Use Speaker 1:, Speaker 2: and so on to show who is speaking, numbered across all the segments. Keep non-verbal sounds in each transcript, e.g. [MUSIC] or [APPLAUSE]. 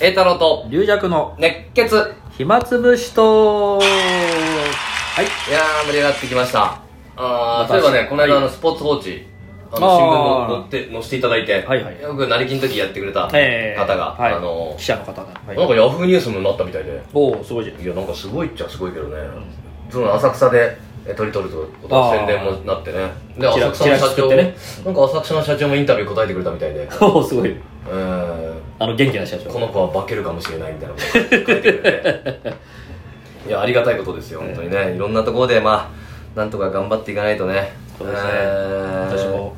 Speaker 1: 栄太郎と
Speaker 2: 龍弱の
Speaker 1: 熱血い
Speaker 2: 暇つぶしとはい
Speaker 1: やー盛り上がってきましたあ
Speaker 2: ま
Speaker 1: ー
Speaker 2: た
Speaker 1: そういえばねこの間、
Speaker 2: はい
Speaker 1: あのスポーツ報知あ
Speaker 2: あ
Speaker 1: の新聞の
Speaker 2: ー
Speaker 1: 載って載せていただいて、
Speaker 2: はいはい
Speaker 1: よく成金の時やってくれた方が、
Speaker 2: えーはい
Speaker 1: あの
Speaker 2: 記者の方が、はい
Speaker 1: なんかヤフーニュースになったみたいで
Speaker 2: おおすごいじゃない
Speaker 1: いやなんかすごいっちゃすごいけどね、その浅草でえ撮り取るとこと
Speaker 2: あー
Speaker 1: 宣伝もなってねで
Speaker 2: チ
Speaker 1: 浅草
Speaker 2: ラ
Speaker 1: の
Speaker 2: チラ
Speaker 1: 社
Speaker 2: シ作
Speaker 1: 長、
Speaker 2: ってね
Speaker 1: なんか浅草の社長もインタビュー答えてくれたみたいで
Speaker 2: おおすごい
Speaker 1: うん
Speaker 2: あの元気な社長
Speaker 1: この子は化けるかもしれないみたいなこと書いてくれていやありがたいことですよ本当にねいろんなところでまあなんとか頑張っていかないとね
Speaker 2: そうですね
Speaker 1: えー
Speaker 2: 私も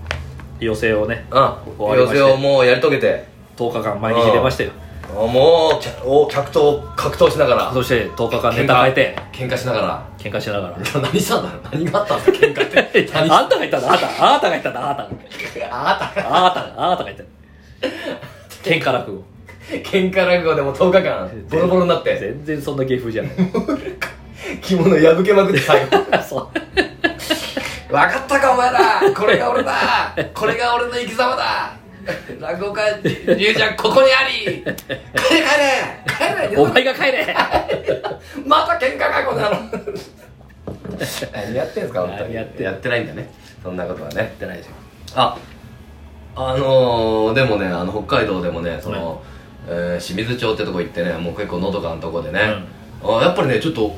Speaker 2: 予選をね終わ
Speaker 1: うん
Speaker 2: り
Speaker 1: 寄
Speaker 2: まして
Speaker 1: せをもうやり遂げて
Speaker 2: 10日間毎日出ましたよ
Speaker 1: あもうちゃお客と格闘しながら
Speaker 2: そして10日間ネタ変えて
Speaker 1: 喧嘩しながら
Speaker 2: 喧嘩しなが
Speaker 1: [LAUGHS]
Speaker 2: ら
Speaker 1: いや何したんだろう何があったんだ喧嘩っ
Speaker 2: [LAUGHS]
Speaker 1: て何
Speaker 2: あんたが言ったんだあんたあなたが言ったんだあな
Speaker 1: あ
Speaker 2: たが
Speaker 1: なた [LAUGHS]
Speaker 2: あなたがあなたが言った喧嘩落語
Speaker 1: 喧嘩落語でもう10日間ボロボロになって
Speaker 2: 全然そんな芸風じゃない [LAUGHS]
Speaker 1: 着物破けまくって最後
Speaker 2: そう
Speaker 1: 分かったかお前らこれが俺だこれが俺の生き様だ落語家龍ちゃんここにあり帰れ帰れ帰れ
Speaker 2: お前が帰
Speaker 1: [LAUGHS]
Speaker 2: れ
Speaker 1: また喧嘩かこんなの何やってんすか本当に
Speaker 2: 何やってんの
Speaker 1: やってないんだねそんなことはねやってない
Speaker 2: でしょ
Speaker 1: ああのー、でもねあの北海道でもねその、えー清水町ってとこ行ってねもう結構のどかなとこでね、あやっぱりねちょっと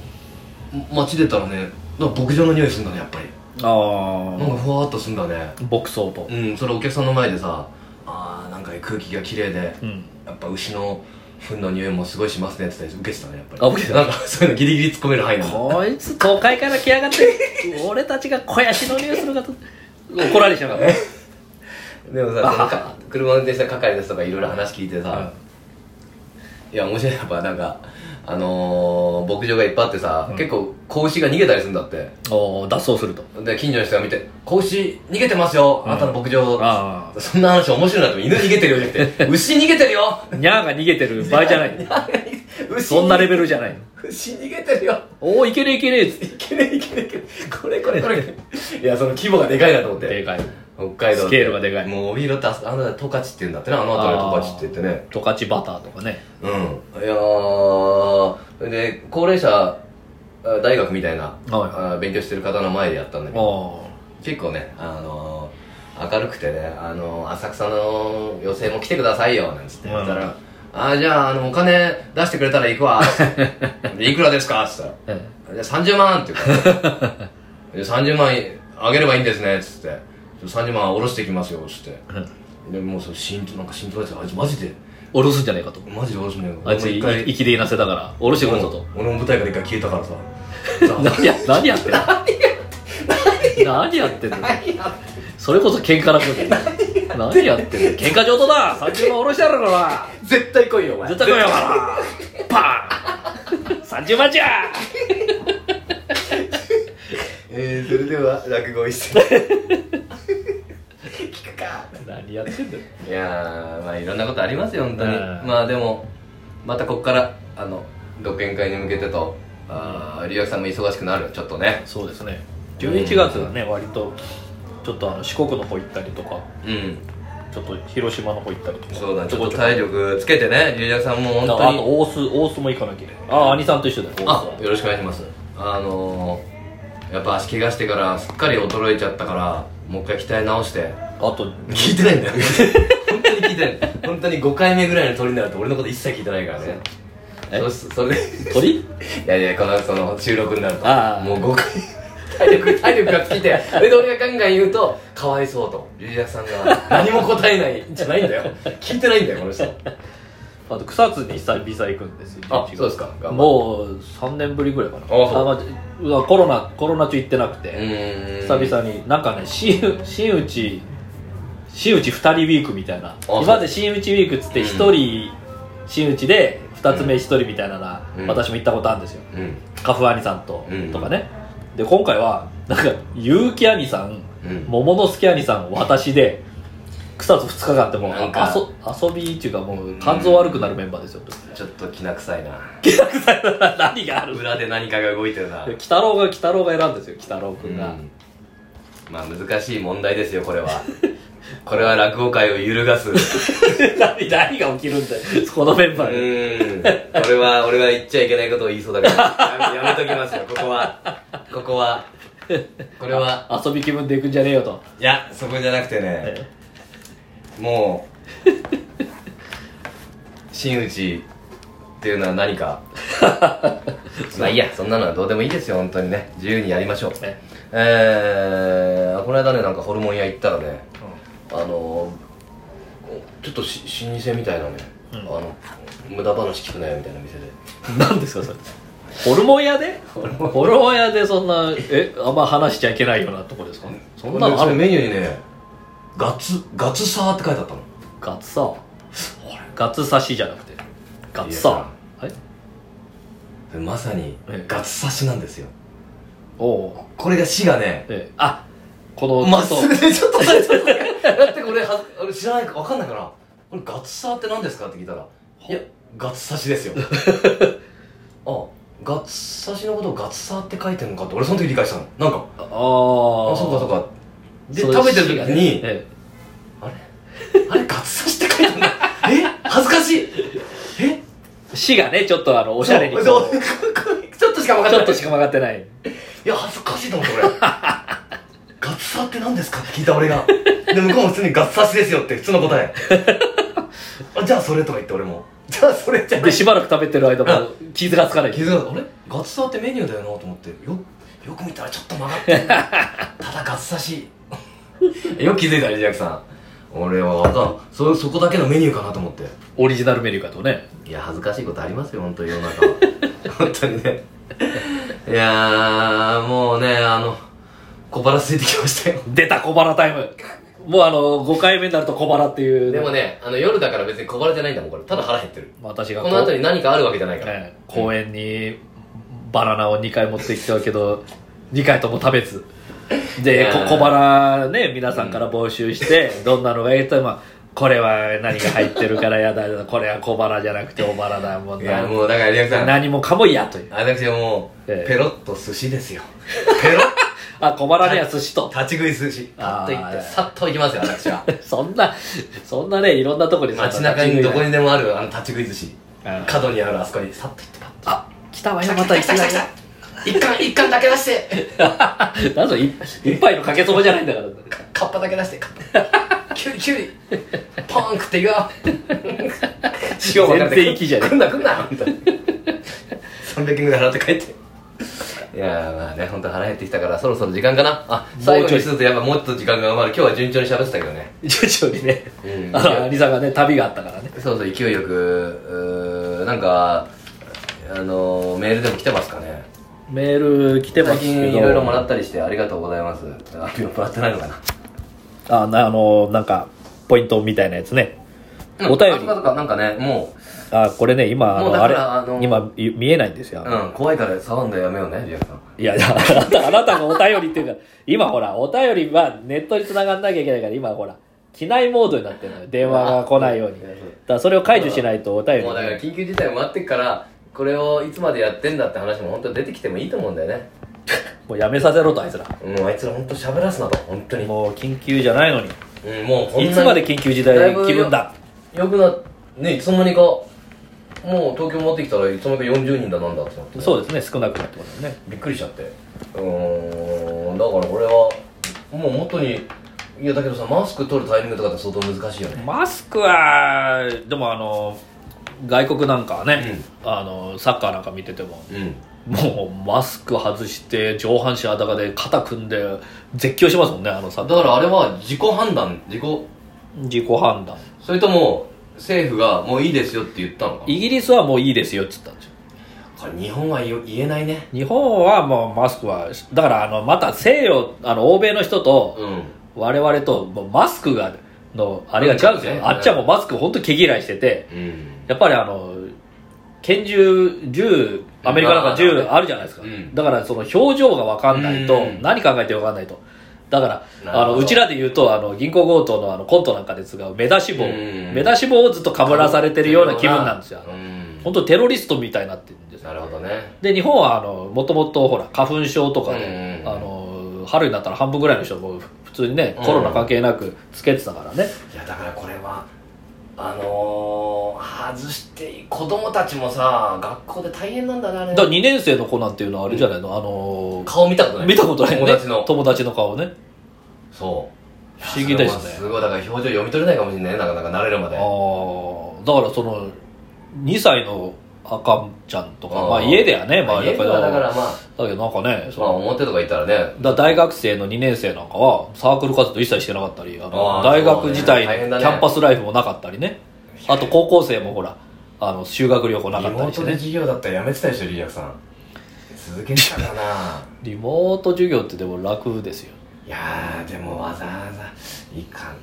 Speaker 1: 街出たらねなんか牧場の匂いするんだねやっぱり
Speaker 2: あ
Speaker 1: なんかふわーっとすんだね
Speaker 2: 牧草と
Speaker 1: うんそれお客さんの前でさあーなんか空気が綺麗で、
Speaker 2: うん
Speaker 1: やっぱ牛の糞の匂いもすごいしますねって言って受けてたねやっぱり
Speaker 2: あ受けてた
Speaker 1: なんかそういうのギリギリ突っ込める範囲なんだ
Speaker 2: こいつ都会から来やがって俺たちが肥やしの匂いするかと怒られちゃうから
Speaker 1: でもさ
Speaker 2: あ
Speaker 1: その
Speaker 2: はは
Speaker 1: か車運転した係の人とかいろいろ話聞いてさ、いや面白いやっぱなんかあのー、牧場がいっぱいあってさ、
Speaker 2: うん
Speaker 1: 結構子牛が逃げたりするんだって
Speaker 2: おー脱走すると
Speaker 1: で近所の人が見て「子牛逃げてますよ、あなたの牧場」
Speaker 2: あ
Speaker 1: そんな話面白いなと思って犬逃げてるよじゃなくて牛逃げてる
Speaker 2: [LAUGHS]
Speaker 1: よ [LAUGHS]
Speaker 2: あニャーが逃げてる場合じゃない
Speaker 1: 牛
Speaker 2: そんなレベ
Speaker 1: ル
Speaker 2: ルじゃない
Speaker 1: 牛逃げてるよ
Speaker 2: おおいけるいける
Speaker 1: いけねえいけねえいけねえこれこれこれいやその規模がでかいなと思って
Speaker 2: でかい
Speaker 1: 北海道って
Speaker 2: スケールがでかい
Speaker 1: もう帯広ってああの十勝って言うんだってねあの辺りは十勝って言ってね
Speaker 2: 十勝バターとかね
Speaker 1: うんいやーで高齢者あ大学みたいな、
Speaker 2: は
Speaker 1: あ勉強してる方の前でやったんだけど
Speaker 2: お
Speaker 1: 結構ねあのー、明るくてね、あのー、浅草の寄席も来てくださいよなんつって言ったら「あーじゃああのお金出してくれたら行く
Speaker 2: [LAUGHS]
Speaker 1: わ」でいくらですか?」っつったら
Speaker 2: ーうん
Speaker 1: で30万って言うから
Speaker 2: [LAUGHS]
Speaker 1: で30万あげればいいんですねっつって30万下ろしてきますよっつって
Speaker 2: うん
Speaker 1: でもうそれ浸透なんか浸透やつあいつマジで
Speaker 2: 下ろすんじゃないかと
Speaker 1: マジで下ろすね
Speaker 2: あいつ
Speaker 1: 俺も一
Speaker 2: い
Speaker 1: 回
Speaker 2: 生きでいなせだから下ろしてくるぞ
Speaker 1: う
Speaker 2: と
Speaker 1: ん俺も舞台から一回消えた
Speaker 2: [LAUGHS]
Speaker 1: からさ
Speaker 2: 何や何やってんの何やってんのそれこそ喧嘩なことで何やってんの喧嘩上等だ30万下ろしてやるから
Speaker 1: 絶対来いよお
Speaker 2: な
Speaker 1: 前
Speaker 2: 絶対来いよからパーン30万じゃ
Speaker 1: えー、それでは落語一戦聞くか
Speaker 2: 何やってんだよ
Speaker 1: いやーまあいろんなことありますよ本当に
Speaker 2: うん
Speaker 1: まあでもまたこっからあの独演会に向けてとあー龍役さんも忙しくなるちょっとね
Speaker 2: そうですね11月がね割とちょっとあの四国の方行ったりとか
Speaker 1: うん
Speaker 2: ちょっと広島の方行ったりとか
Speaker 1: そうだねち
Speaker 2: ちょ
Speaker 1: ょ
Speaker 2: こ
Speaker 1: っと
Speaker 2: ちょこ
Speaker 1: 体力つけてね龍役さんも本
Speaker 2: ああと
Speaker 1: 当に
Speaker 2: 大須大須も行かなきゃいけないああ兄さんと一緒だよ
Speaker 1: あ
Speaker 2: 大須
Speaker 1: よろしくお願いしますあのー、やっぱ足怪我してからすっかり衰えちゃったからもう一回鍛え直して
Speaker 2: はあと
Speaker 1: 聞いてないんだよ本当に聞いてない本当に5回目ぐらいの鳥になると俺のこと一切聞いてないからね
Speaker 2: え
Speaker 1: そそれで
Speaker 2: 鳥
Speaker 1: いやいやこのその収録になると
Speaker 2: ああ
Speaker 1: もう5回体力体力が尽き [LAUGHS] てそれで俺がガンガン言うとかわいそうとリリアさん [LAUGHS] が何も答えないんじゃないんだよ聞いてないんだよこの人
Speaker 2: あと草津に久々行くんですよ
Speaker 1: あ
Speaker 2: 11月
Speaker 1: そうですか頑張る
Speaker 2: もう3年ぶりぐらいかな
Speaker 1: あそう
Speaker 2: まうわコロナコロナ中行ってなく
Speaker 1: う
Speaker 2: て、
Speaker 1: ーん
Speaker 2: 久々になんかね新新内新内2人ウィークみたいな
Speaker 1: そう
Speaker 2: 今まで新内ウィークっつって
Speaker 1: うん
Speaker 2: 1人、新内で2つ目1人みたいなのが、
Speaker 1: うん
Speaker 2: 私も行ったことあるんですよ
Speaker 1: うん
Speaker 2: カフアニさんと、
Speaker 1: うん
Speaker 2: とかねで今回はなんか結城兄さん
Speaker 1: うん
Speaker 2: 桃之助兄さん私で草津2日間ってもう
Speaker 1: なんか
Speaker 2: あそ遊びっていうかもう肝臓悪くなるメンバーですよ、
Speaker 1: ちょっときな臭いな
Speaker 2: 何がある
Speaker 1: 裏で [LAUGHS] 何かが動いてるな
Speaker 2: 鬼太郎が鬼太郎が選んですよ鬼太郎
Speaker 1: う
Speaker 2: 君
Speaker 1: ん
Speaker 2: が、
Speaker 1: まあ難しい問題ですよこれはこれは落語界を揺るがすう
Speaker 2: [LAUGHS] 何何が起きるんだよこのメンバーで
Speaker 1: ーんこれは [LAUGHS] 俺は言っちゃいけないことを言いそうだからやめやめときますよここはここはこれは
Speaker 2: 遊び気分で行くんじゃねえよと
Speaker 1: いやそこじゃなくてね
Speaker 2: え
Speaker 1: もう真打ちっていうのは何か [LAUGHS] まあいいやそんなのはどうでもいいですよ本当にね自由にやりましょう
Speaker 2: え
Speaker 1: えー、この間ねなんかホルモン屋行ったらね
Speaker 2: う
Speaker 1: あのー、ちょっとし老舗みたいなね、
Speaker 2: うん
Speaker 1: あの無駄話聞くなよみたいな店で
Speaker 2: ん何ですかそれホルモン屋でホルモン屋でそんなえあんま話しちゃいけないようなとこですかそんなのあ
Speaker 1: で
Speaker 2: る
Speaker 1: メニューにねガツガツサーって書いてあったの
Speaker 2: ガッツさガッツ刺しじゃなくてガッツさえ
Speaker 1: でまさに
Speaker 2: ええ
Speaker 1: ガツ刺しなんですよ
Speaker 2: おお
Speaker 1: これが死がね
Speaker 2: ええあこの
Speaker 1: まっ
Speaker 2: ちょ
Speaker 1: す
Speaker 2: っと
Speaker 1: ぐでちょっと [LAUGHS] 待ってちょっと待ってだってこれは俺知らないか分かんないからこれガツサーって何ですかって聞いたらいやガツ刺しですよ
Speaker 2: [LAUGHS]
Speaker 1: あガツ刺しのことをガツサーって書いてるのかって俺その時理解したのなんか
Speaker 2: ああ
Speaker 1: あ
Speaker 2: そ
Speaker 1: そうかそうかで
Speaker 2: ういう
Speaker 1: 食べてる時に、
Speaker 2: 詩がねえ
Speaker 1: あれあれガツ刺しって書いてあるんだえ恥ずかしいえ
Speaker 2: え詩がねちょっとあのおしゃれにこうち
Speaker 1: そう
Speaker 2: ょ
Speaker 1: そうちょっとしか分かんない
Speaker 2: っとしか曲がってない
Speaker 1: いや恥ずかしいと思って [LAUGHS] 俺ガツサって何ですかって聞いた俺がで向こうも普通にガツサしですよって普通の答えあじゃあそれとか言って俺もじゃあそれじゃ
Speaker 2: でしばらく食べてる間も傷がつかない
Speaker 1: 気づかなかったあれガツサってメニューだよなと思ってよよく見たらちょっと曲がってるただガツサし [LAUGHS] よく気づいたねジャックさん俺は分かんそそこだけのメニューかなと思って
Speaker 2: オリジナルメニューかとね
Speaker 1: いや恥ずかしいことありますよ本当に世の [LAUGHS] 中は本当にねいやーもうねあの小腹空いてきましたよ
Speaker 2: 出た小腹タイムもうあの5回目になると小腹っていう
Speaker 1: でもねあの夜だから別に小腹じゃないんだもんこれただ腹減ってる
Speaker 2: 私が
Speaker 1: この後に何かあるわけじゃないから、
Speaker 2: ええ公園にバナナを2回持ってきちゃうけど2回とも食べず
Speaker 1: い
Speaker 2: で
Speaker 1: やー
Speaker 2: こ小腹ね皆さんから募集して、どんなのがいいとまあこれは何が入ってるから嫌だこれは小腹じゃなくてお腹だもん
Speaker 1: いや
Speaker 2: な
Speaker 1: もうだからリアクさん
Speaker 2: 何もかも嫌という
Speaker 1: 私はもう
Speaker 2: ええ
Speaker 1: ペロッと寿司ですよ [LAUGHS] ペロッ
Speaker 2: あ小腹には寿司と
Speaker 1: 立ち食い寿司パッと行っ
Speaker 2: あー
Speaker 1: てさっと行きますよ私
Speaker 2: [LAUGHS]
Speaker 1: は
Speaker 2: そんなそんなねいろんなとこにそんな
Speaker 1: 街中に
Speaker 2: 立ち
Speaker 1: ど
Speaker 2: 食い
Speaker 1: こにでもあるあの立ち食い寿司
Speaker 2: あー
Speaker 1: 角にあるあそこにさっと行ってパッ
Speaker 2: あ来たわよまた行きたいな
Speaker 1: と [LAUGHS] 一貫一貫だけ出して
Speaker 2: なんぞい一杯のかけそばじゃないんだから
Speaker 1: かカッパだけ出してカッパキュウリキュウリポン食っていくよ [LAUGHS]
Speaker 2: 全然粋じゃねえ
Speaker 1: 来んな来んな本当に300円ぐらい払って帰っていやーまあね本当腹減ってきたからそろそろ時間かなあ最後にするとやっぱもっと時間が余る今日は順調に喋ってたけどね
Speaker 2: 徐々にね、
Speaker 1: うん
Speaker 2: あの兄さんがね旅があったからね
Speaker 1: そうそう勢いよくうーなんかあのメールでも来てますかね
Speaker 2: メール来てま
Speaker 1: 最
Speaker 2: すけど
Speaker 1: 近いろいろもらったりしてありがとうございますあいやもらってないのかな
Speaker 2: あなあのなんかポイントみたいなやつね、お便
Speaker 1: あ
Speaker 2: り
Speaker 1: そうかそうかなんかねも
Speaker 2: あこれね今あ
Speaker 1: もう
Speaker 2: の
Speaker 1: だ
Speaker 2: あ
Speaker 1: か
Speaker 2: れ
Speaker 1: らあの
Speaker 2: 今い見えないんですよ、
Speaker 1: う、うん、怖いから触んのやめようねリアクさん
Speaker 2: いやあなたあなたがお便りっていうから今ほらお便りはネットに繋がんなきゃいけないから今ほら機内モードになってるのよ電話が来ないようにだからそれを解除しないとお便り
Speaker 1: もうだから緊急事態もあってっからこれをいつまでやってんだって話も本当に出てきてもいいと思うんだよね
Speaker 2: もうやめさせろとあいつら
Speaker 1: もうあいつら本当喋らすなと本当にも
Speaker 2: もう緊急じゃないのに
Speaker 1: う,、ん、もうこんない
Speaker 2: つまで緊急事態
Speaker 1: だいぶ
Speaker 2: 気分だ
Speaker 1: よくなねいつの間にかもう東京持ってきたらいつの間にか40人だなんだってなって
Speaker 2: そうですね少なくなってますね
Speaker 1: びっくりしちゃってうーんだからこれはもう元にいやだけどさマスク取るタイミングとかって相当難しいよね
Speaker 2: マスクはでもあの外国なんかはね、あのサッカーなんか見てても
Speaker 1: うん
Speaker 2: もうマスク外して上半身裸で肩組んで絶叫しますもんねあのサッカ
Speaker 1: だからあれは自己判断自己
Speaker 2: ー自己判断
Speaker 1: それとも政府がもういいですよって言ったのか
Speaker 2: イギリスはもういいですよっつったんですよ
Speaker 1: これ日本は言言えないね
Speaker 2: 日本はもうマスクはだからあのまた西洋あの欧米の人と
Speaker 1: うん
Speaker 2: 我々ともうマスクがのあれが違うんですよ、
Speaker 1: うん
Speaker 2: あっちはもうマスク本当毛嫌いしてて、
Speaker 1: うん
Speaker 2: やっぱりあの拳銃銃アメリカなんか銃あるじゃないですか、
Speaker 1: うん
Speaker 2: だからその表情が分かんないと、
Speaker 1: うん
Speaker 2: 何考えてるか分かんないとだから
Speaker 1: なるほ
Speaker 2: あ
Speaker 1: ど
Speaker 2: のうちらで言うとあの銀行強盗のあのコントなんかですが目出し帽、
Speaker 1: うん
Speaker 2: 目出し帽をずっとかぶらされてるような気分なんですよ、
Speaker 1: うん
Speaker 2: 本当テロリストみたいになってるんですよ
Speaker 1: なるほどね
Speaker 2: で日本はあのもともとほら花粉症とかで、
Speaker 1: うん
Speaker 2: あの春になったら半分ぐらいの人も普通にねコロナ関係なくつけてたからね、
Speaker 1: いやだからこれはあのー、外してい子供たちもさ学校で大変なんだなあれ
Speaker 2: だから2年生の子なんていうのはあれじゃないの、あのー
Speaker 1: 顔見たことない
Speaker 2: 見たことないよね
Speaker 1: 友達の
Speaker 2: 友達の顔ね
Speaker 1: そう
Speaker 2: 不思議ですね
Speaker 1: いやそれはすごいだから表情読み取れないかもしれないねなかなか慣れるまで
Speaker 2: ああだからその2歳の赤ちゃんとか
Speaker 1: あー
Speaker 2: まあ家ではねまあ
Speaker 1: 家
Speaker 2: やっ
Speaker 1: で
Speaker 2: ぱり
Speaker 1: はだからまあ
Speaker 2: だけどなんかねそ
Speaker 1: まあ
Speaker 2: の
Speaker 1: 表とか言ったらね
Speaker 2: だから大学生の2年生なんかはサークル活動一切してなかったりあの
Speaker 1: あー
Speaker 2: 大学自体
Speaker 1: そうね大変だ
Speaker 2: の
Speaker 1: ね
Speaker 2: キャンパスライフもなかったりねあと高校生もほらあの修学旅行なかったりして
Speaker 1: 妹で
Speaker 2: ね
Speaker 1: 授業だったらやめてたでしょリアさん続けてたか
Speaker 2: [LAUGHS]
Speaker 1: な
Speaker 2: リモート授業ってでも楽ですよ、
Speaker 1: いやーでもわざわざいかん、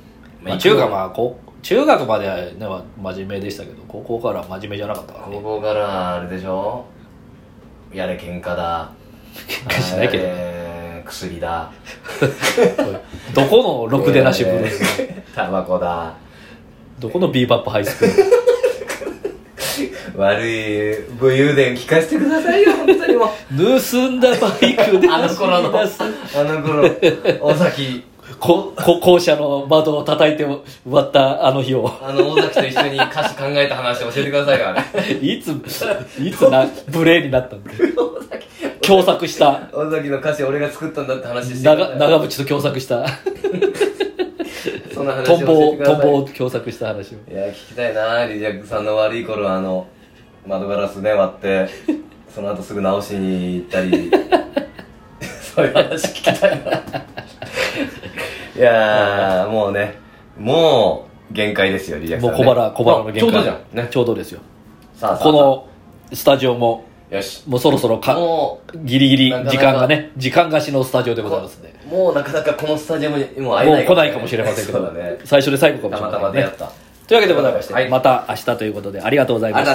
Speaker 2: まあ、中
Speaker 1: 学
Speaker 2: 学はこう中学までは、ね、は真面目でしたけど高校からは真面目じゃなかったから
Speaker 1: 高
Speaker 2: ね
Speaker 1: 校からあれでしょやれ喧嘩だ
Speaker 2: 喧嘩しないけどね
Speaker 1: えー薬だ
Speaker 2: どこのろくでなしブルース
Speaker 1: えー [LAUGHS] タバコだ
Speaker 2: どこのビーバップハイスクール
Speaker 1: 悪い武勇伝聞かせてくださいよ本当に
Speaker 2: [LAUGHS]
Speaker 1: もう
Speaker 2: 盗んだバイクで
Speaker 1: あの頃の
Speaker 2: 走り出す
Speaker 1: あの頃尾崎
Speaker 2: ここ校舎の窓を叩いて割ったあの日を
Speaker 1: あの尾崎と一緒に歌詞考えた話教えてくださいからね
Speaker 2: いついつな無礼になったんで共作した
Speaker 1: 尾崎の歌詞俺が作ったんだって話してくださ
Speaker 2: 長
Speaker 1: い
Speaker 2: 長渕と共作した
Speaker 1: そんな話
Speaker 2: トン
Speaker 1: 教えて
Speaker 2: ボを
Speaker 1: くだ
Speaker 2: トン
Speaker 1: さい
Speaker 2: ボを共作した話を
Speaker 1: いや聞きたいなリジャックさんの悪い頃はあの窓ガラスね割ってその後すぐ直しに行った
Speaker 2: [LAUGHS]
Speaker 1: りそういう話聞きたいないやーもうねもう限界ですよリジャック
Speaker 2: もう
Speaker 1: さん、ね、
Speaker 2: 小腹小腹の限
Speaker 1: あちょう
Speaker 2: 界
Speaker 1: どじゃんね
Speaker 2: ちょうどですよ
Speaker 1: さあさあ
Speaker 2: このスタジオも
Speaker 1: よし
Speaker 2: もうそろそろか
Speaker 1: も
Speaker 2: ギリギリ
Speaker 1: なかなか
Speaker 2: 時間がね時間貸しのスタジオで
Speaker 1: う
Speaker 2: ございますね
Speaker 1: こもうなかなかこのスタジアムにもう会え
Speaker 2: も
Speaker 1: な
Speaker 2: う
Speaker 1: い
Speaker 2: 来ないかもしれませんけど、
Speaker 1: そうだね
Speaker 2: 最初で最後か
Speaker 1: た
Speaker 2: もしれ
Speaker 1: またま
Speaker 2: ませんね
Speaker 1: 出会った
Speaker 2: というわけでございまして、
Speaker 1: はい
Speaker 2: また明日ということでありがとうございました。